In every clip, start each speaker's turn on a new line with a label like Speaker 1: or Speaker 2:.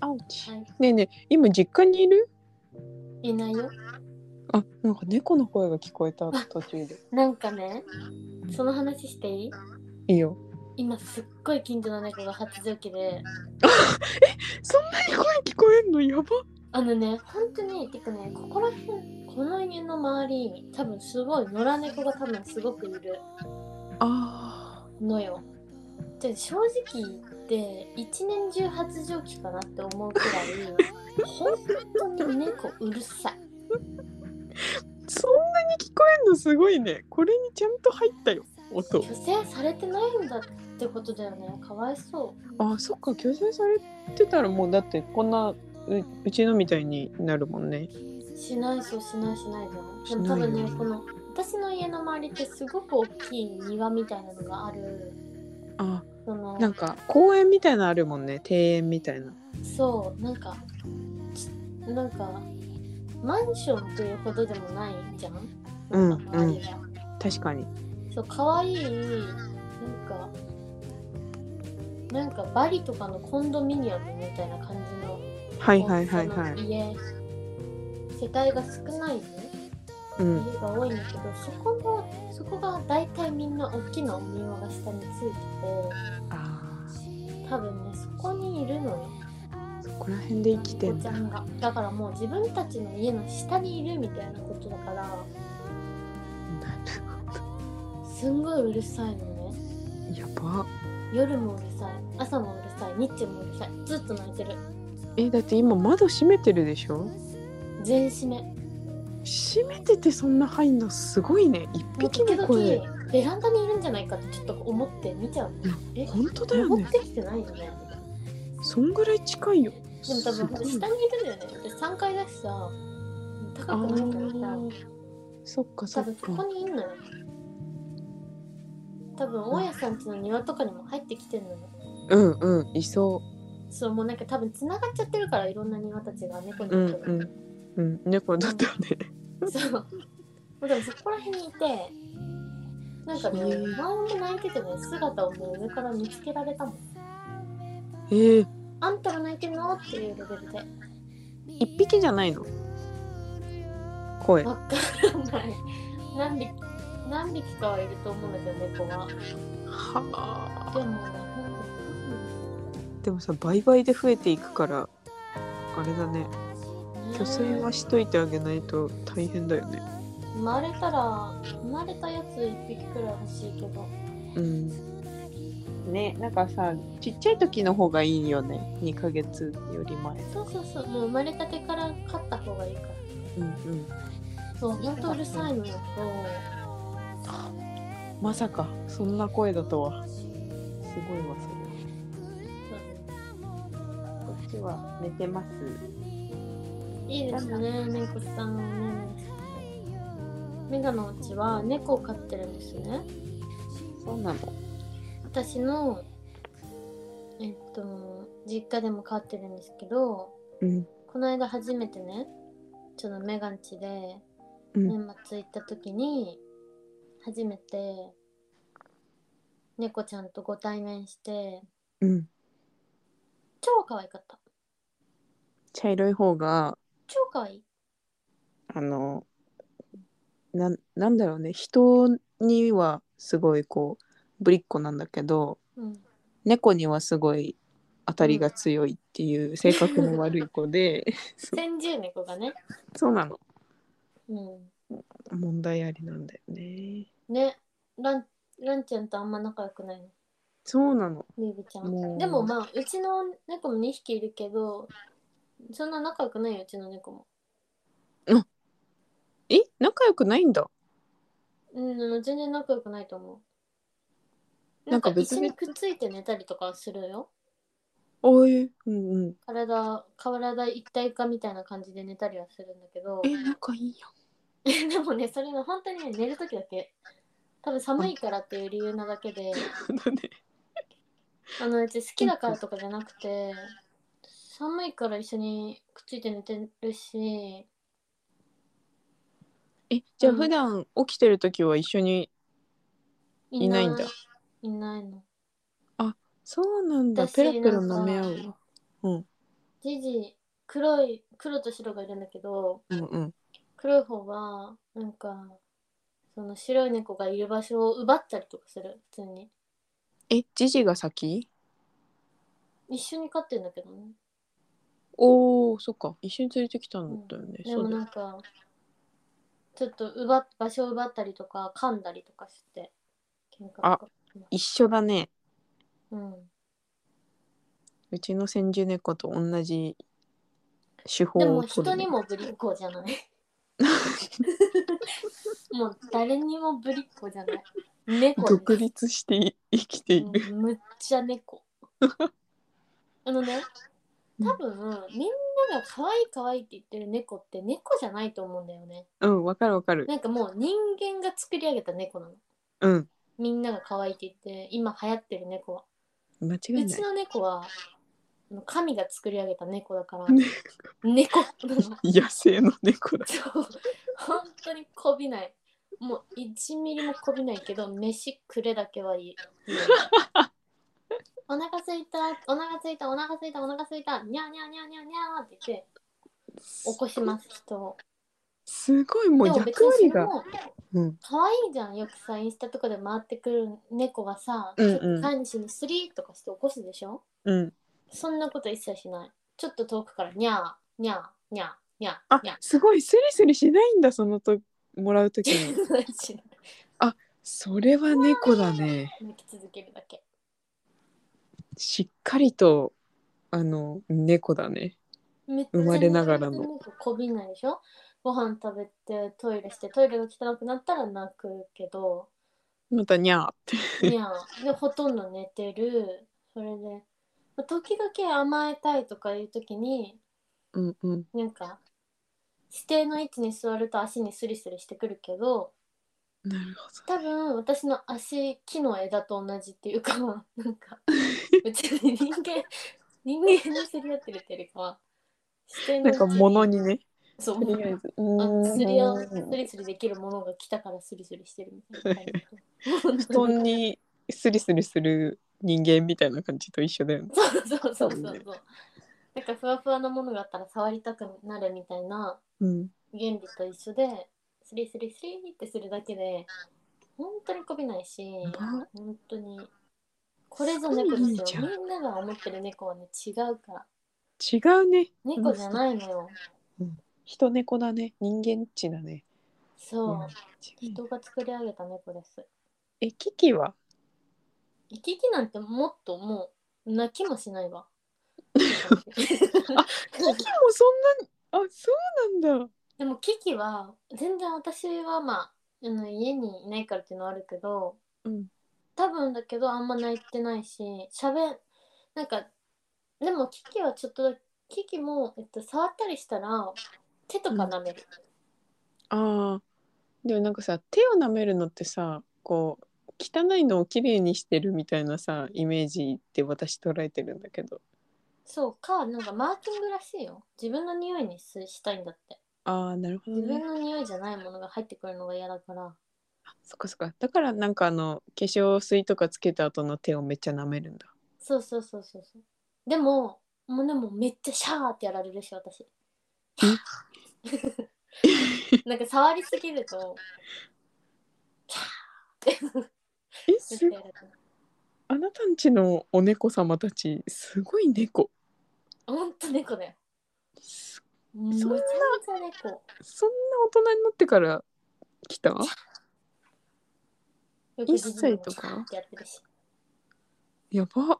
Speaker 1: 産地
Speaker 2: はい
Speaker 1: ねえねえ今実家にいる
Speaker 2: いないよ
Speaker 1: あなんか猫の声が聞こえた途中で
Speaker 2: なんかねその話していい
Speaker 1: いいよ
Speaker 2: 今すっごい近所の猫が発情期で
Speaker 1: そんなに声聞こえんのやば
Speaker 2: あのね本当にてかねここら辺この家の周り多分すごい野良猫が多分すごくいる
Speaker 1: あ
Speaker 2: のよじゃあ正直言って一年中発情期かなって思うくらい本当に猫うるさい
Speaker 1: ーそんなに聞こえんのすごいねこれにちゃんと入ったよ音
Speaker 2: 虚勢されてないんだってことだよねかわいそ
Speaker 1: あそっか強制されてたらもうだってこんなううちのみたいになるもんね
Speaker 2: うしないそうしないしないじゃんで
Speaker 1: しな
Speaker 2: も多
Speaker 1: いよ
Speaker 2: 分ねこの私の家の周りってすごく大きい庭みたいなのがある
Speaker 1: あ
Speaker 2: その
Speaker 1: なんか公園みたいなのあるもんね庭園みたいな
Speaker 2: そうなんかちなんかマンションというほどでもないじゃん
Speaker 1: うん
Speaker 2: なんか周りが
Speaker 1: 確かに
Speaker 2: そう可愛いなんかなんかバリとかのコンドミニアムみたいな感じの
Speaker 1: はいはいはいは
Speaker 2: 大きさ
Speaker 1: い
Speaker 2: の家世帯が少ない、ね、
Speaker 1: うん
Speaker 2: 家が多いんだけどそこもそこが大体みんな大きなお庭が下について
Speaker 1: あ
Speaker 2: て多分ねそこにいるのよ
Speaker 1: ーそこら辺で生きて
Speaker 2: お
Speaker 1: ん
Speaker 2: ちゃ
Speaker 1: だ
Speaker 2: んがだからもう自分たちの家の下にいるみたいなことだからすんごいうるさいのね
Speaker 1: やば
Speaker 2: 夜もうるさい朝もうるさい日中もうるさいずっと泣いてる
Speaker 1: えだって今窓閉めてるでしょ
Speaker 2: 全閉め
Speaker 1: 閉めててそんな入んのすごいね一
Speaker 2: もう
Speaker 1: 匹
Speaker 2: 時
Speaker 1: の声
Speaker 2: 々ベランダにいるんじゃないかってちょっと思って見ちゃう
Speaker 1: いや
Speaker 2: え
Speaker 1: 本当だよ
Speaker 2: 登
Speaker 1: ね
Speaker 2: ってきてないよね
Speaker 1: そんぐらい近いよ
Speaker 2: でも多
Speaker 1: すご
Speaker 2: 分
Speaker 1: い
Speaker 2: 下にいるんだよね私3階だしさ
Speaker 1: あ
Speaker 2: 高くないからさ
Speaker 1: ーそっかそ
Speaker 2: 多
Speaker 1: っ
Speaker 2: 分そ
Speaker 1: か
Speaker 2: こにいんのよ多分大家さんちの庭とかにも入ってきてんのよ
Speaker 1: うんうんいそ
Speaker 2: そうもうなんか多分つながっちゃってるからいろんな庭たちが猫に
Speaker 1: ううん
Speaker 2: 行
Speaker 1: う
Speaker 2: くの、
Speaker 1: んうん猫だったよね
Speaker 2: そうもうでもそこら辺にいてなんかね
Speaker 1: うん
Speaker 2: 前も泣いててね姿をね上から見つけられたもん
Speaker 1: えー、
Speaker 2: あんたが泣いてんのっていうレベルで
Speaker 1: 一匹じゃないの声
Speaker 2: わからない何匹何匹かはいると思うんだけど猫はで
Speaker 1: は
Speaker 2: もねなん
Speaker 1: でもさ倍々で増えていくからあれだね
Speaker 2: か
Speaker 1: 虚勢はしといてあげないと大変だよね
Speaker 2: 生まれたら生まれたやつ1匹くらい欲しいけど
Speaker 1: うんねなんかさちっちゃい時の方がいいよね2ヶ月より前
Speaker 2: そうそうそうもう生まれたてから飼った方がいいから
Speaker 1: うんうん
Speaker 2: そうほんとうるさいのよ
Speaker 1: まさかそんな声だとはすごいわそれこっちは寝てます
Speaker 2: いいですね猫さんはねメガのうちは猫を飼ってるんですね
Speaker 1: そうなの
Speaker 2: 私のえっと実家でも飼ってるんですけど
Speaker 1: うん
Speaker 2: この間初めてねちょっとメガンチで
Speaker 1: うん
Speaker 2: 年末行った時に初めて猫ちゃんとご対面して
Speaker 1: うん
Speaker 2: 超可愛かった
Speaker 1: 茶色い方が
Speaker 2: 超可愛い
Speaker 1: あのなんなんだろうね人にはすごいこうぶりっ子なんだけど
Speaker 2: うん
Speaker 1: 猫にはすごい当たりが強いっていう性格の悪い子で
Speaker 2: 先住猫がね
Speaker 1: そうなの
Speaker 2: うん
Speaker 1: 問題ありなんだよね
Speaker 2: ねランランちゃんとあんま仲良くないの
Speaker 1: そうなの
Speaker 2: ミービちゃ
Speaker 1: も
Speaker 2: ん
Speaker 1: う
Speaker 2: でもまあうちの猫も2匹いるけどそんな仲良くないようちの猫も
Speaker 1: え仲良くないんだ
Speaker 2: うんあの全然仲良くないと思うな
Speaker 1: なんん
Speaker 2: か
Speaker 1: か
Speaker 2: 一緒に
Speaker 1: 別々
Speaker 2: くっついて寝たりとかするよ
Speaker 1: おいうんうん
Speaker 2: 体体一体化みたいな感じで寝たりはするんだけど
Speaker 1: え仲いいや
Speaker 2: でもねそれが本当にね寝る時だけ多分寒いからっていう理由なだけ で
Speaker 1: んだね
Speaker 2: あのうち好きだからとかじゃなくて寒いから一緒にくっついて寝てるし
Speaker 1: えじゃあ
Speaker 2: うん
Speaker 1: 普段起きてる時は一緒にいないんだ
Speaker 2: いないの
Speaker 1: そうなんだ
Speaker 2: 私
Speaker 1: ペロペロ舐め合うわ
Speaker 2: ジジ黒い黒と白がいるんだけど
Speaker 1: うんうん
Speaker 2: 黒い方はなんかその白い猫がいる場所を奪ったりとかする普通に
Speaker 1: えジジが先
Speaker 2: 一緒に飼ってんだけどね
Speaker 1: おーそっか一緒に連れてきたんだよね、
Speaker 2: で
Speaker 1: そ
Speaker 2: も
Speaker 1: うだ
Speaker 2: なん
Speaker 1: よ
Speaker 2: かちょっと奪っ場所を奪ったりとか噛んだりとかして喧嘩とか
Speaker 1: 一緒だね
Speaker 2: うん
Speaker 1: うちの千住猫と同じ手法
Speaker 2: でも
Speaker 1: を取
Speaker 2: 人
Speaker 1: るね
Speaker 2: にもぶりっ子じ ゃないもう誰にもぶりっ子じゃない猫です
Speaker 1: 独立して生きている、
Speaker 2: うんむっち ゃ猫あのね多分みんなが可愛い可愛いって言ってる猫って猫じゃないと思うんだよね
Speaker 1: うんわかるわかる
Speaker 2: なんかもう人間が作り上げた猫なの
Speaker 1: うん
Speaker 2: みんなが可愛いって言って今流行ってる猫は
Speaker 1: 間違いうない
Speaker 2: ちの猫はあの神が作り上げた猫 だから
Speaker 1: ね
Speaker 2: 猫 なの
Speaker 1: 野生の猫だ
Speaker 2: そう本当にこびないもう1ミリもこびないけど飯くれだけはい いお腹すいたお腹すいたお腹すいたお腹すいたにゃーにゃーにゃーにゃーにゃーって言って起こします人を
Speaker 1: すごいもう
Speaker 2: でも
Speaker 1: 役
Speaker 2: 別に
Speaker 1: 割
Speaker 2: それ
Speaker 1: が
Speaker 2: も
Speaker 1: うん
Speaker 2: 可愛いじゃんよくさインスタとかで回ってくる猫がさ、
Speaker 1: うんうん
Speaker 2: ちょっと飼い主にスリーとかして起こすでしょ
Speaker 1: うん
Speaker 2: そんなこと一切しないちょっと遠くからにゃーにゃーにゃーにゃー
Speaker 1: あ
Speaker 2: にゃー
Speaker 1: すごいスリスリしないんだそのともらう時 に
Speaker 2: しないしない
Speaker 1: それは猫だね
Speaker 2: 泣き続けるだけ
Speaker 1: しっかりとあの猫だね
Speaker 2: めっちゃ
Speaker 1: 生まれながらの
Speaker 2: なんかこびないでしょご飯食べてトイレしてトイレが汚くなったら泣くけ ど
Speaker 1: またにゃーって
Speaker 2: いやでほとんど寝てるそれでまあ時々甘えたいとかいう時に
Speaker 1: うんうん
Speaker 2: なんか指定の位置に座ると足にスリスリしてくるけど
Speaker 1: なるほど
Speaker 2: 多分私の足木の枝と同じっていうか な んか別に人間人間にすり合ってるっていうよりかは指定の
Speaker 1: な
Speaker 2: 位
Speaker 1: ん
Speaker 2: 置
Speaker 1: か物にね
Speaker 2: そう
Speaker 1: とりあえずう
Speaker 2: あ
Speaker 1: ーん
Speaker 2: スリアスリスリできるものが来たからスリスリしてるみたいな感じ。
Speaker 1: 布団にスリスリする人間みたいな感じと一緒だよね。
Speaker 2: そうそうそうそうそう。なんかふわふわなものがあったら触りたくなるみたいな
Speaker 1: うん、
Speaker 2: 原理と一緒でスリスリスリってするだけで本当にこびないし
Speaker 1: な
Speaker 2: 本当にこれぞ
Speaker 1: すご
Speaker 2: 猫
Speaker 1: いいい
Speaker 2: です
Speaker 1: じゃ
Speaker 2: よ
Speaker 1: ん
Speaker 2: みんなが思ってる猫はね違うから
Speaker 1: 違うね。
Speaker 2: 猫じゃないのよ
Speaker 1: 人猫だね。人間っちだね。
Speaker 2: そううん
Speaker 1: 違う
Speaker 2: 人が作り上げた猫です
Speaker 1: え、キキは
Speaker 2: 生き生きなんてもっともう泣きもしない わ。
Speaker 1: キキもそんな、あ、そうなんだ。
Speaker 2: でもキキは全然私はまああの家にいないからっていうのはあるけど
Speaker 1: うん。
Speaker 2: 多分だけどあんま泣いてないし喋なんかでもキキはちょっとだキキも、えっと、触ったりしたら手とか舐める、
Speaker 1: ああ。でもなんかさ、手を舐めるのってさ、こう、汚いのをきれいにしてるみたいなさ、イメージで私捉えてるんだけど。
Speaker 2: そうかなんかマーキングらしいよ自分の匂いにすしたいんだって
Speaker 1: ああ、なるほど
Speaker 2: 自
Speaker 1: ね
Speaker 2: 分。の匂いじゃないものが入ってくるのが嫌だから
Speaker 1: そっかそっか。だからなんかあの、化粧水とかつけた後の手をめっちゃ舐めるんだ。
Speaker 2: そうそうそうそうそうでももうでもめっちゃシャーってやられるし私 なんか触りすぎると
Speaker 1: え、
Speaker 2: めっ
Speaker 1: す
Speaker 2: ちゃ
Speaker 1: ごい
Speaker 2: やられる
Speaker 1: あなたんちのお猫様たちすごい猫
Speaker 2: ほんと猫だよ
Speaker 1: そ
Speaker 2: むちゃ
Speaker 1: そんな
Speaker 2: めちゃ猫
Speaker 1: そんな大人になってから来た
Speaker 2: よ
Speaker 1: 1歳とか
Speaker 2: やってるし
Speaker 1: やば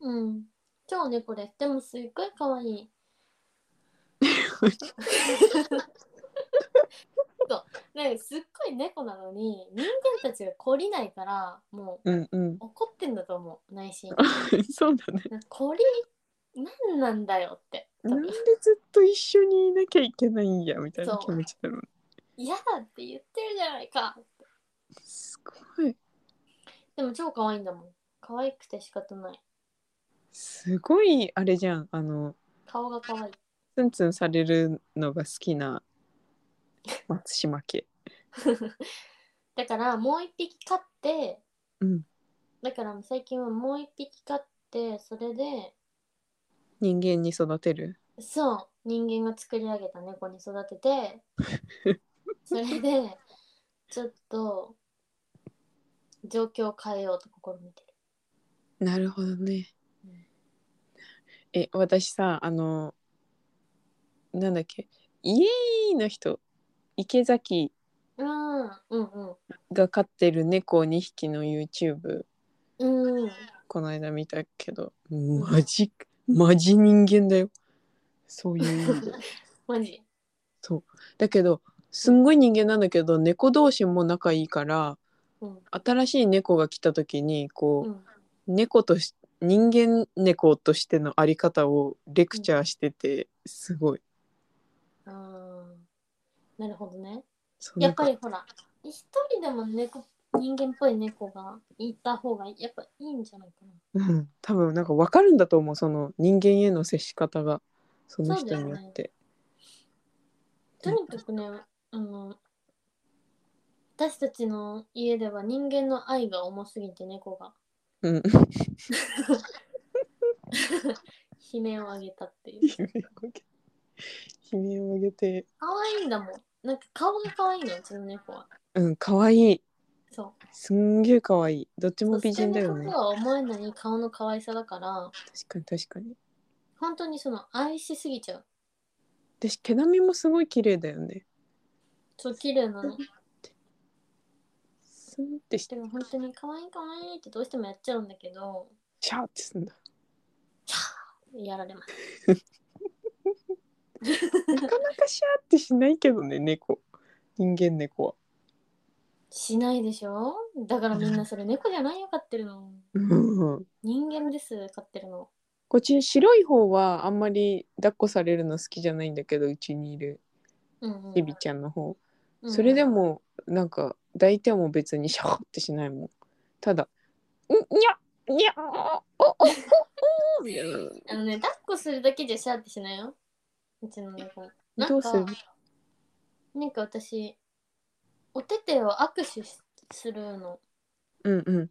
Speaker 2: うん超猫ですでもすっごい可愛いそうなんかすっごい猫なのに人間たちが懲りないからも
Speaker 1: うんうん
Speaker 2: う怒ってんだと思う内心
Speaker 1: そうだね
Speaker 2: なんかこれ何なんだよって多
Speaker 1: なん
Speaker 2: 分
Speaker 1: でずっと一緒にいなきゃいけないんやみたいな気持ちだろうね
Speaker 2: 嫌だって言ってるじゃないか
Speaker 1: すごい
Speaker 2: でも超可愛いんだもん可愛くて仕方ない
Speaker 1: すごいあれじゃんあの
Speaker 2: 顔が可愛い
Speaker 1: ツンツンされるのが好きな松島家
Speaker 2: だからもう一匹飼って
Speaker 1: うん
Speaker 2: だから最近はもう一匹飼ってそれで
Speaker 1: 人間に育てる
Speaker 2: そう人間が作り上げた猫に育 ててそれでちょっと状況を変えようと試みてる
Speaker 1: なるほどね
Speaker 2: うん。
Speaker 1: え私さあのなんだっけイエーイの人池崎
Speaker 2: うんうん
Speaker 1: が飼ってる猫2匹の YouTube
Speaker 2: うんうん
Speaker 1: この間見たけどマジマジ人間だよそういう意 味で
Speaker 2: マジ
Speaker 1: だけどすんごい人間なんだけど猫同士も仲いいから
Speaker 2: うん
Speaker 1: 新しい猫が来た時にこう、
Speaker 2: うん
Speaker 1: 猫とし人間猫としてのあり方をレクチャーしててすごい。
Speaker 2: あーなるほどね
Speaker 1: そう
Speaker 2: やっぱりほら一人でも猫人間っぽい猫がいた方がやっぱいいんじゃないかな
Speaker 1: なんかうん、多分なんか分かるんだと思うその人間への接し方がその人によって。
Speaker 2: とにかくねあの私たちの家では人間の愛が重すぎて猫が
Speaker 1: うん
Speaker 2: 悲鳴を上げたっていう
Speaker 1: 悲鳴を上げ悲鳴を上げて
Speaker 2: 可愛いんだもんなんか顔が可愛いのうちの猫は
Speaker 1: うん可愛い
Speaker 2: そ
Speaker 1: すんげえ可愛いどっち
Speaker 2: う
Speaker 1: も美人だよね
Speaker 2: そう捨て猫とは思えない顔の可愛さだから
Speaker 1: 確かに確かに
Speaker 2: 本当にその愛しすぎちゃう
Speaker 1: 私毛並みもすごい綺麗だよね
Speaker 2: そう綺麗なの
Speaker 1: スンってして
Speaker 2: でも本当に可愛い可愛いってどうしてもやっちゃうんだけど
Speaker 1: シャーって すんだ
Speaker 2: やられます
Speaker 1: なかなかシャーってしないけどね猫人間猫は。
Speaker 2: しないでしょだからみんなそれ猫じゃないよ飼ってるの
Speaker 1: うん
Speaker 2: 人間です飼ってるの
Speaker 1: こっち白い方はあんまり抱っこされるの好きじゃないんだけどうちにいる
Speaker 2: うんうん
Speaker 1: ビビちゃんの方、
Speaker 2: うん
Speaker 1: それでもなんか抱いても別にシャーってしないもんただ「んにゃにゃおおおお」みた い
Speaker 2: あのね抱っこするだけじゃシャーってしないようちの猫もな
Speaker 1: なん
Speaker 2: か
Speaker 1: どうする
Speaker 2: なんか私お手手を握手しするの
Speaker 1: うんうん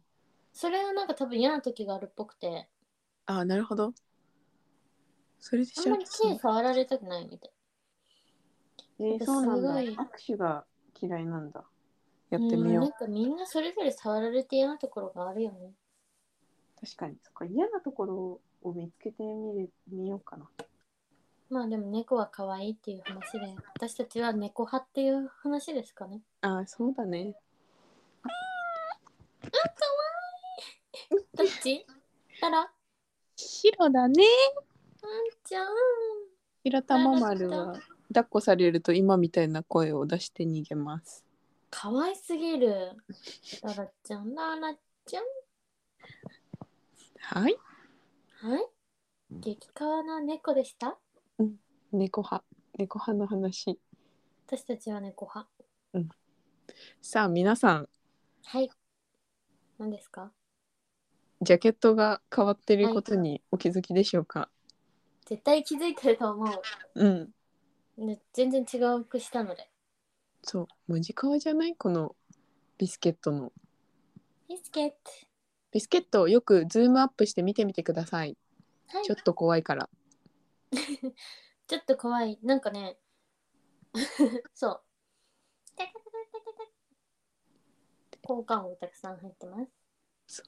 Speaker 2: それはなんか多分嫌な時があるっぽくて
Speaker 1: ああなるほどそれで
Speaker 2: あん
Speaker 1: シャ
Speaker 2: ま
Speaker 1: ー
Speaker 2: り
Speaker 1: ってしな
Speaker 2: 手
Speaker 1: い
Speaker 2: 触られたくないみたい
Speaker 1: え
Speaker 2: そうなんだすごい
Speaker 1: 手が嫌いなんだや
Speaker 2: んなんかみんなそれぞれ触られて嫌なところがあるよね
Speaker 1: 確かにそっか嫌なところを見つけてみれみようかな
Speaker 2: まあでも猫は可愛いっていう話で私たちは猫派っていう話ですかね
Speaker 1: ああそうだね
Speaker 2: どっ ちたらあん
Speaker 1: 白だね
Speaker 2: ちゃん
Speaker 1: 白玉丸は抱っこされると今みたいな声を出して逃げます。
Speaker 2: 可愛すぎるララちゃんララちゃん
Speaker 1: はい、
Speaker 2: はい。激川の猫でした。
Speaker 1: 猫派、猫派の話。
Speaker 2: 私たちは猫派。
Speaker 1: さあ皆さん、
Speaker 2: はい。何ですか
Speaker 1: ジャケットが変わってることにお気づきでしょうか。
Speaker 2: 絶対気づいてると思
Speaker 1: うん、
Speaker 2: う。ね、全然違う服したので。
Speaker 1: そう、文字川じゃないこのビスケットの。
Speaker 2: ビスケッ
Speaker 1: ビスケットをよくズームアップして見てみてください。
Speaker 2: ト。はい。
Speaker 1: ちょっと怖いから。
Speaker 2: ちょっと怖い。なんかね。 そう。タタタタタタ交換音たくさん入ってます。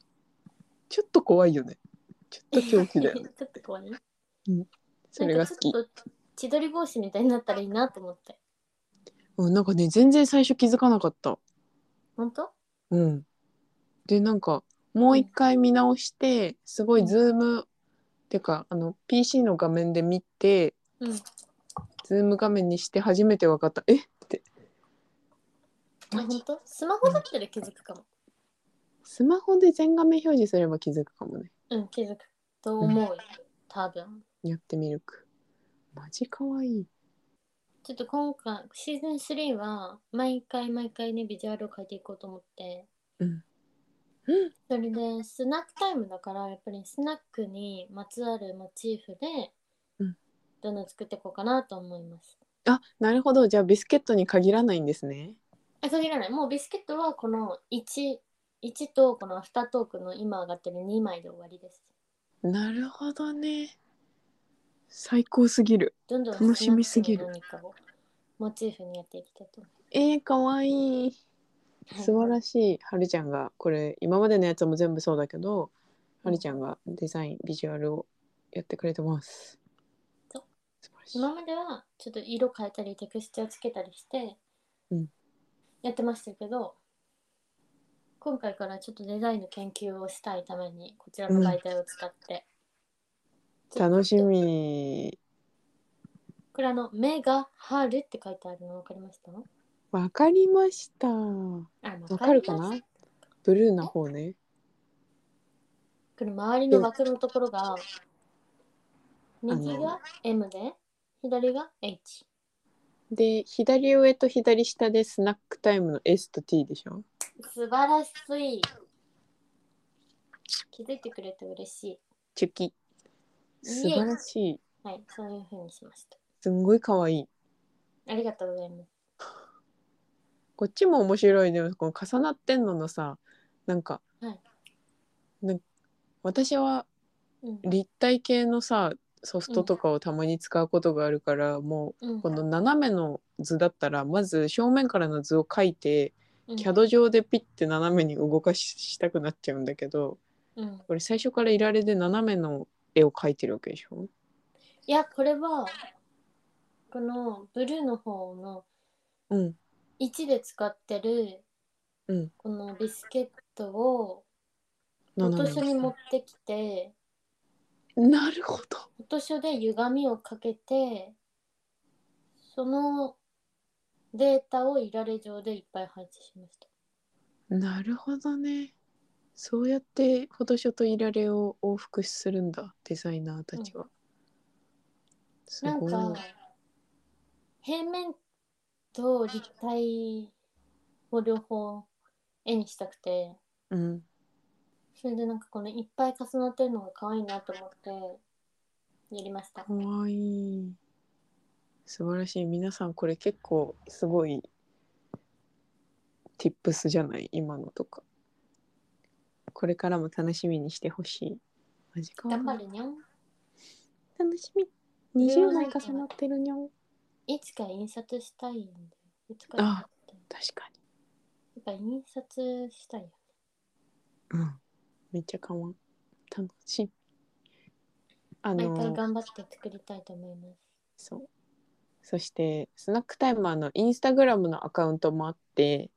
Speaker 1: ちょっと怖いよね。ちょっと狂気だよね。
Speaker 2: ちょっと怖い。
Speaker 1: それが好き
Speaker 2: な。んかちょっと千鳥帽子みたいになったらいいなと思って。
Speaker 1: うん、なんかね、全然最初気づかなかった。
Speaker 2: 本当？
Speaker 1: うん、でなんかもう一回見直して、すごいズーム、っていうかあの PC の画面で見て
Speaker 2: うん。
Speaker 1: ズーム画面にして初めて分かったえって
Speaker 2: あ本当？スマホだったら気づくかも。
Speaker 1: スマホで全画面表示すれば気づくかもね
Speaker 2: うん、気づくと思うよ、多分。
Speaker 1: やってみるかマジかわいい
Speaker 2: ちょっと今回、シーズン3は、毎回毎回ね、ビジュアルを変えていこうと思って。
Speaker 1: うん
Speaker 2: それで、スナックタイムだから、やっぱりスナックにまつわるモチーフで
Speaker 1: うん、
Speaker 2: どんどん作っていこうかなと思います。
Speaker 1: あなるほどじゃあビスケットに限らないんですね
Speaker 2: あ、限らない。もうビスケットは、この1、1と、このアフタートークの今上がってる2枚で終わりです。
Speaker 1: なるほどね最高すぎる
Speaker 2: どんどん
Speaker 1: 楽しみすぎる
Speaker 2: 少なくとも何かをモチーフにやっていきたいと思。
Speaker 1: えー、かわいいう素
Speaker 2: は
Speaker 1: 晴らしいはるちゃんがこれ今までのやつも全部そうだけどはるちゃんがデザインビジュアルをやってくれてます
Speaker 2: そう
Speaker 1: 素
Speaker 2: い
Speaker 1: 晴らし
Speaker 2: 今まではちょっと色変えたりテクスチャーつけたりして
Speaker 1: うん
Speaker 2: やってましたけど、今回からちょっとデザインの研究をしたいためにこちらの媒体を使って、
Speaker 1: い楽しみ
Speaker 2: これあの「目が春」って書いてあるの分かりました
Speaker 1: わかりました
Speaker 2: あ
Speaker 1: わかるか
Speaker 2: わ
Speaker 1: な
Speaker 2: ります
Speaker 1: ブルーな方ね
Speaker 2: これ周りの枠のところが右
Speaker 1: あの
Speaker 2: が M で左が H
Speaker 1: で左上と左下でスナックタイムの S と T でしょ
Speaker 2: 素晴らしい気づいてくれて嬉しい
Speaker 1: チュキ素晴らしい
Speaker 2: はいそういう風にしました
Speaker 1: すんごい可愛い
Speaker 2: ありがとうございます
Speaker 1: こっちも面白いでもこの重なってんののさなんか、
Speaker 2: はい
Speaker 1: なん私は
Speaker 2: うん
Speaker 1: 立体系のさソフトとかをたまに使うことがあるから、も
Speaker 2: うん
Speaker 1: うこの斜めの図だったらまず正面からの図を描いて、
Speaker 2: うん
Speaker 1: CAD 上でピッて斜めに動かししたくなっちゃうんだけど
Speaker 2: うん
Speaker 1: これ最初からいられで斜めの絵を描いてるわけでしょ
Speaker 2: いやこれはこのブルーの方の
Speaker 1: うん
Speaker 2: 1で使ってる
Speaker 1: うん
Speaker 2: このビスケットを
Speaker 1: 斜
Speaker 2: 元書
Speaker 1: め
Speaker 2: に
Speaker 1: の
Speaker 2: 持ってきて
Speaker 1: なるほど
Speaker 2: 図書で歪みをかけてそのデータをいられ上でいっぱい配置しました
Speaker 1: なるほどねそうやってフォトショーとイラレを往復するんだデザイナーたちは、す
Speaker 2: なん
Speaker 1: ごいな
Speaker 2: か平面と立体を両方絵にしたくて
Speaker 1: うん
Speaker 2: それでなんかこのいっぱい重なってるのが可愛いなと思ってやりました
Speaker 1: かわいい素晴らしい皆さんこれ結構すごい tips じゃない今のとかこれからも楽しみにしてほしいマジか
Speaker 2: 頑張るにゃん
Speaker 1: 楽しみ20枚重なってるにゃん
Speaker 2: いつか印刷したいんでいつか印刷
Speaker 1: あ
Speaker 2: したい
Speaker 1: 確か
Speaker 2: やっぱ印刷したいよ
Speaker 1: にうんめっちゃかわん楽しみあ
Speaker 2: 毎回
Speaker 1: の
Speaker 2: 頑張って作りたいと思います
Speaker 1: そう。そしてスナックタイマーのインスタグラムのアカウントもあって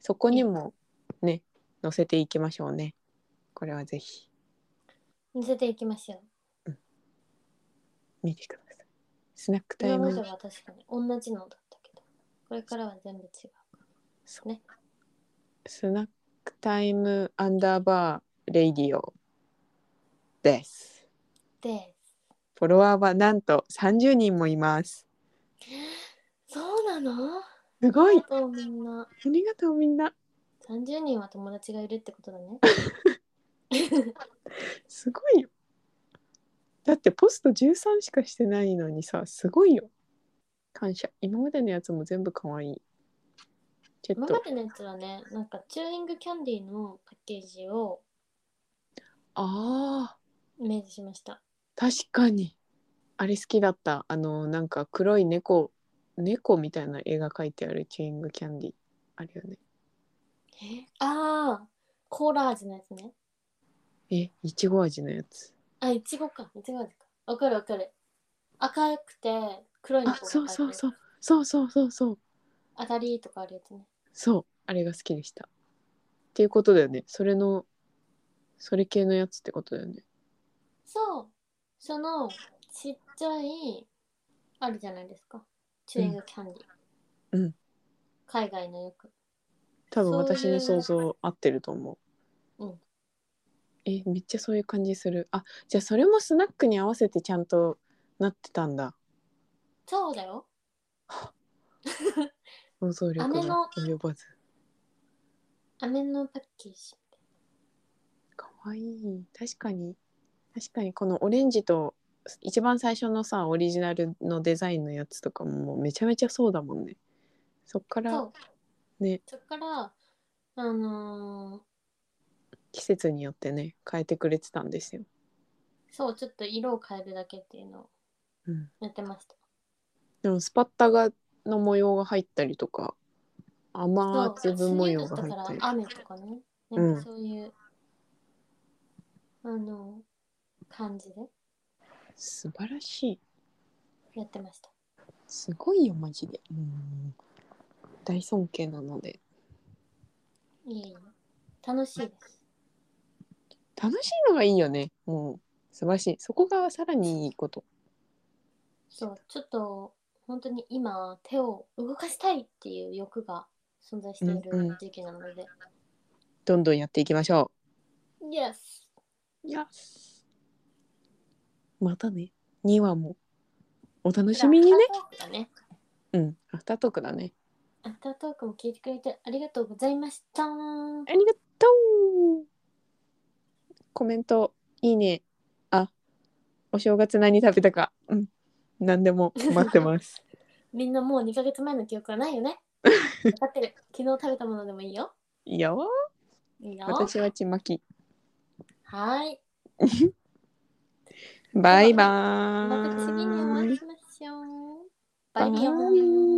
Speaker 1: そこにもね載せていきましょうねこれはぜひ
Speaker 2: 見せていきましょう
Speaker 1: 見てくださいスナックタ
Speaker 2: 今
Speaker 1: イマ
Speaker 2: まで
Speaker 1: ー
Speaker 2: は確かに同じのだったけどこれからは全部違う
Speaker 1: そう
Speaker 2: ね
Speaker 1: スナックタイムアンダーバーレイディオです
Speaker 2: で
Speaker 1: フォロワーはなんと30人もいます
Speaker 2: そうなの
Speaker 1: すごい
Speaker 2: あとみんな
Speaker 1: ありがとうみんな
Speaker 2: 30人は友達がいるってことだね
Speaker 1: すごいよだってポスト13しかしてないのにさすごいよ感謝今までのやつも全部かわいいちょ
Speaker 2: 今
Speaker 1: っ
Speaker 2: ま
Speaker 1: と
Speaker 2: でのやつはねなんかチューイングキャンディーのパッケージを
Speaker 1: あ
Speaker 2: イメージしました
Speaker 1: ー確かにあれ好きだったあのなんか黒い猫猫みたいな絵が描いてあるチューイングキャンディーあるよね
Speaker 2: ああコーラ味のやつね
Speaker 1: えいちご味のやつ
Speaker 2: あいちごかいちご味かわかるわかる赤くて黒いの
Speaker 1: あ
Speaker 2: が
Speaker 1: そうそうそううそうそうそうそう
Speaker 2: 当たりとかあるやつね
Speaker 1: そうあれが好きでしたっていうことだよねそれのそれ系のやつってことだよね
Speaker 2: そうそのちっちゃいあるじゃないですかチューイングキャンディー、
Speaker 1: うん
Speaker 2: 海外のよく
Speaker 1: 多分私の
Speaker 2: そうい
Speaker 1: 想
Speaker 2: う
Speaker 1: 像合ってると思う。
Speaker 2: うん
Speaker 1: えめっちゃそういう感じする。あじゃあそれもスナックに合わせてちゃんとなってたんだ。
Speaker 2: そうだよ
Speaker 1: 想像力
Speaker 2: 姉の
Speaker 1: が及ばず。
Speaker 2: 飴のパッケージ
Speaker 1: かわいい。確かに確かにこのオレンジと一番最初のさオリジナルのデザインのやつとかももうめちゃめちゃそうだもんね。そっから
Speaker 2: そう
Speaker 1: ね
Speaker 2: そっからあの
Speaker 1: 季節によってね変えてくれてたんですよ。
Speaker 2: ーそうちょっと色を変えるだけっていうのを
Speaker 1: うん、
Speaker 2: やってました。
Speaker 1: でもスパッタがの模様が入ったりとか雨
Speaker 2: そう
Speaker 1: 粒模様が
Speaker 2: そうい
Speaker 1: 入
Speaker 2: うの
Speaker 1: っ
Speaker 2: だ
Speaker 1: た
Speaker 2: っ
Speaker 1: り
Speaker 2: たから雨とかね。
Speaker 1: う
Speaker 2: なんんかそういう、あの、感じで
Speaker 1: 素晴らしい
Speaker 2: やってました。
Speaker 1: すごいよマジでうん大尊敬なので
Speaker 2: いえいえ。楽しいです。
Speaker 1: 楽しいのがいいよねもう素晴らしいそこがさらにいいこと
Speaker 2: そう、ちょっと、本当に今、手を動かしたいっていう欲が存在してい
Speaker 1: うんう
Speaker 2: る
Speaker 1: ん
Speaker 2: 時期なので。
Speaker 1: どんどんやっていきましょ
Speaker 2: Yes!
Speaker 1: うよしまたね2話もお楽しみにね
Speaker 2: アフタートークだね。
Speaker 1: うんアフタートークだね
Speaker 2: アフタートークも聞いてくれてありがとうございました。
Speaker 1: ありがとうコメントいいねあお正月何食べたかうん何でも待って ます
Speaker 2: みんなもう2ヶ月前の記憶はない よね。分かってる。昨日食べたものでもいいよ。
Speaker 1: いいよ
Speaker 2: いいよ。
Speaker 1: 私はちまき
Speaker 2: はーい。
Speaker 1: バイ
Speaker 2: また
Speaker 1: バ
Speaker 2: 次にお
Speaker 1: ー
Speaker 2: 会い
Speaker 1: イ
Speaker 2: しましょう。
Speaker 1: バ
Speaker 2: バ
Speaker 1: イ
Speaker 2: イ
Speaker 1: バ
Speaker 2: ビ
Speaker 1: イ
Speaker 2: ョーン。